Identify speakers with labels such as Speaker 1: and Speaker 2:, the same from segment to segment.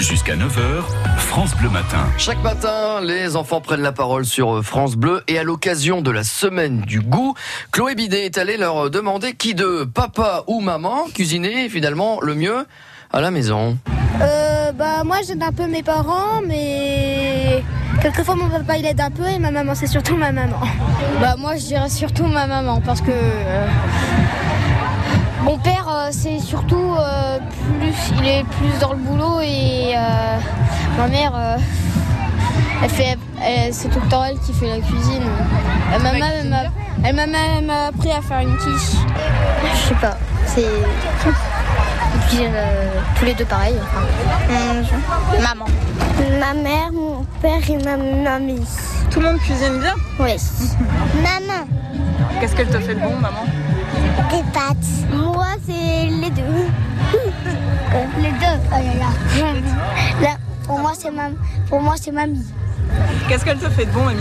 Speaker 1: Jusqu'à 9h, France Bleu Matin.
Speaker 2: Chaque matin, les enfants prennent la parole sur euh, France Bleu et à l'occasion de la semaine du goût, Chloé Bidet est allée leur euh, demander qui de papa ou maman cuisinait finalement le mieux à la maison.
Speaker 3: Euh, bah moi j'aide un peu mes parents, mais quelquefois mon papa il aide un peu et ma maman c'est surtout ma maman. Bah moi je dirais surtout ma maman parce que euh, mon père euh, c'est surtout euh, plus il est plus dans le boulot et euh, ma mère euh, elle fait elle- c'est tout le temps elle qui fait la cuisine. Euh, ma maman, elle m'a- elle m'a même appris à faire une quiche. Je sais pas, c'est euh, tous les deux pareils.
Speaker 4: Maman. Ma mère, mon père et ma mamie.
Speaker 5: Tout le monde cuisine bien.
Speaker 4: Oui. Maman,
Speaker 5: Qu'est-ce qu'elle te fait de bon, maman
Speaker 4: des pâtes. Moi, c'est les deux. les deux Oh là là. Là, pour moi, c'est mam- pour moi, c'est mamie.
Speaker 5: Qu'est-ce qu'elle te fait de bon, mamie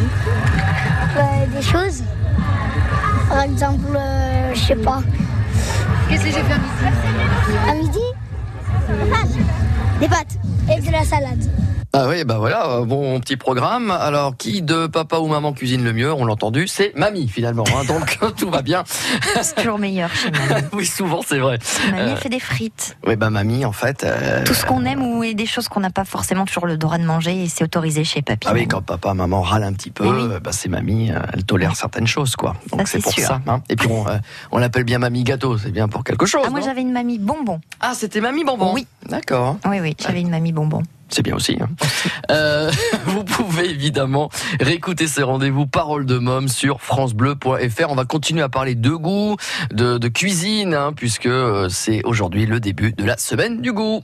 Speaker 4: Euh, des choses. Par exemple, euh, je sais pas. Qu'est-ce que j'ai fait à midi À midi Des pâtes. Et de la salade.
Speaker 2: Ah oui, bah voilà, euh, bon petit programme. Alors, qui de papa ou maman cuisine le mieux On l'a entendu, c'est mamie finalement. hein. donc tout va bien.
Speaker 6: C'est toujours meilleur chez mamie.
Speaker 2: oui, souvent c'est vrai.
Speaker 6: Mamie
Speaker 2: Euh.
Speaker 6: elle fait des frites.
Speaker 2: Oui, bah mamie en fait. euh,
Speaker 6: Tout ce qu'on aime ou et des choses qu'on n'a pas forcément toujours le droit de manger et c'est autorisé chez papy.
Speaker 2: Ah oui, quand papa, maman râle un petit peu,
Speaker 6: Mais oui.
Speaker 2: euh, bah, c'est mamie, euh, elle tolère certaines choses, quoi. Donc
Speaker 6: Ça,
Speaker 2: c'est
Speaker 6: c'est
Speaker 2: pour
Speaker 6: sûr.
Speaker 2: ça. hein. Et puis on, euh, on l'appelle bien mamie gâteau, c'est bien pour quelque chose.
Speaker 6: Ah, moi
Speaker 2: non
Speaker 6: j'avais une mamie bonbon.
Speaker 2: ah c'était mamie bonbon.
Speaker 6: Oui.
Speaker 2: D'accord.
Speaker 6: Oui, oui, j'avais une mamie bonbon.
Speaker 2: C'est bien aussi. hein. Euh, vous pouvez évidemment réécouter ces rendez-vous Parole de Môme sur francebleu.fr. On va continuer à parler de goût, de, de cuisine, hein, puisque euh, c'est aujourd'hui le début de la semaine du goût.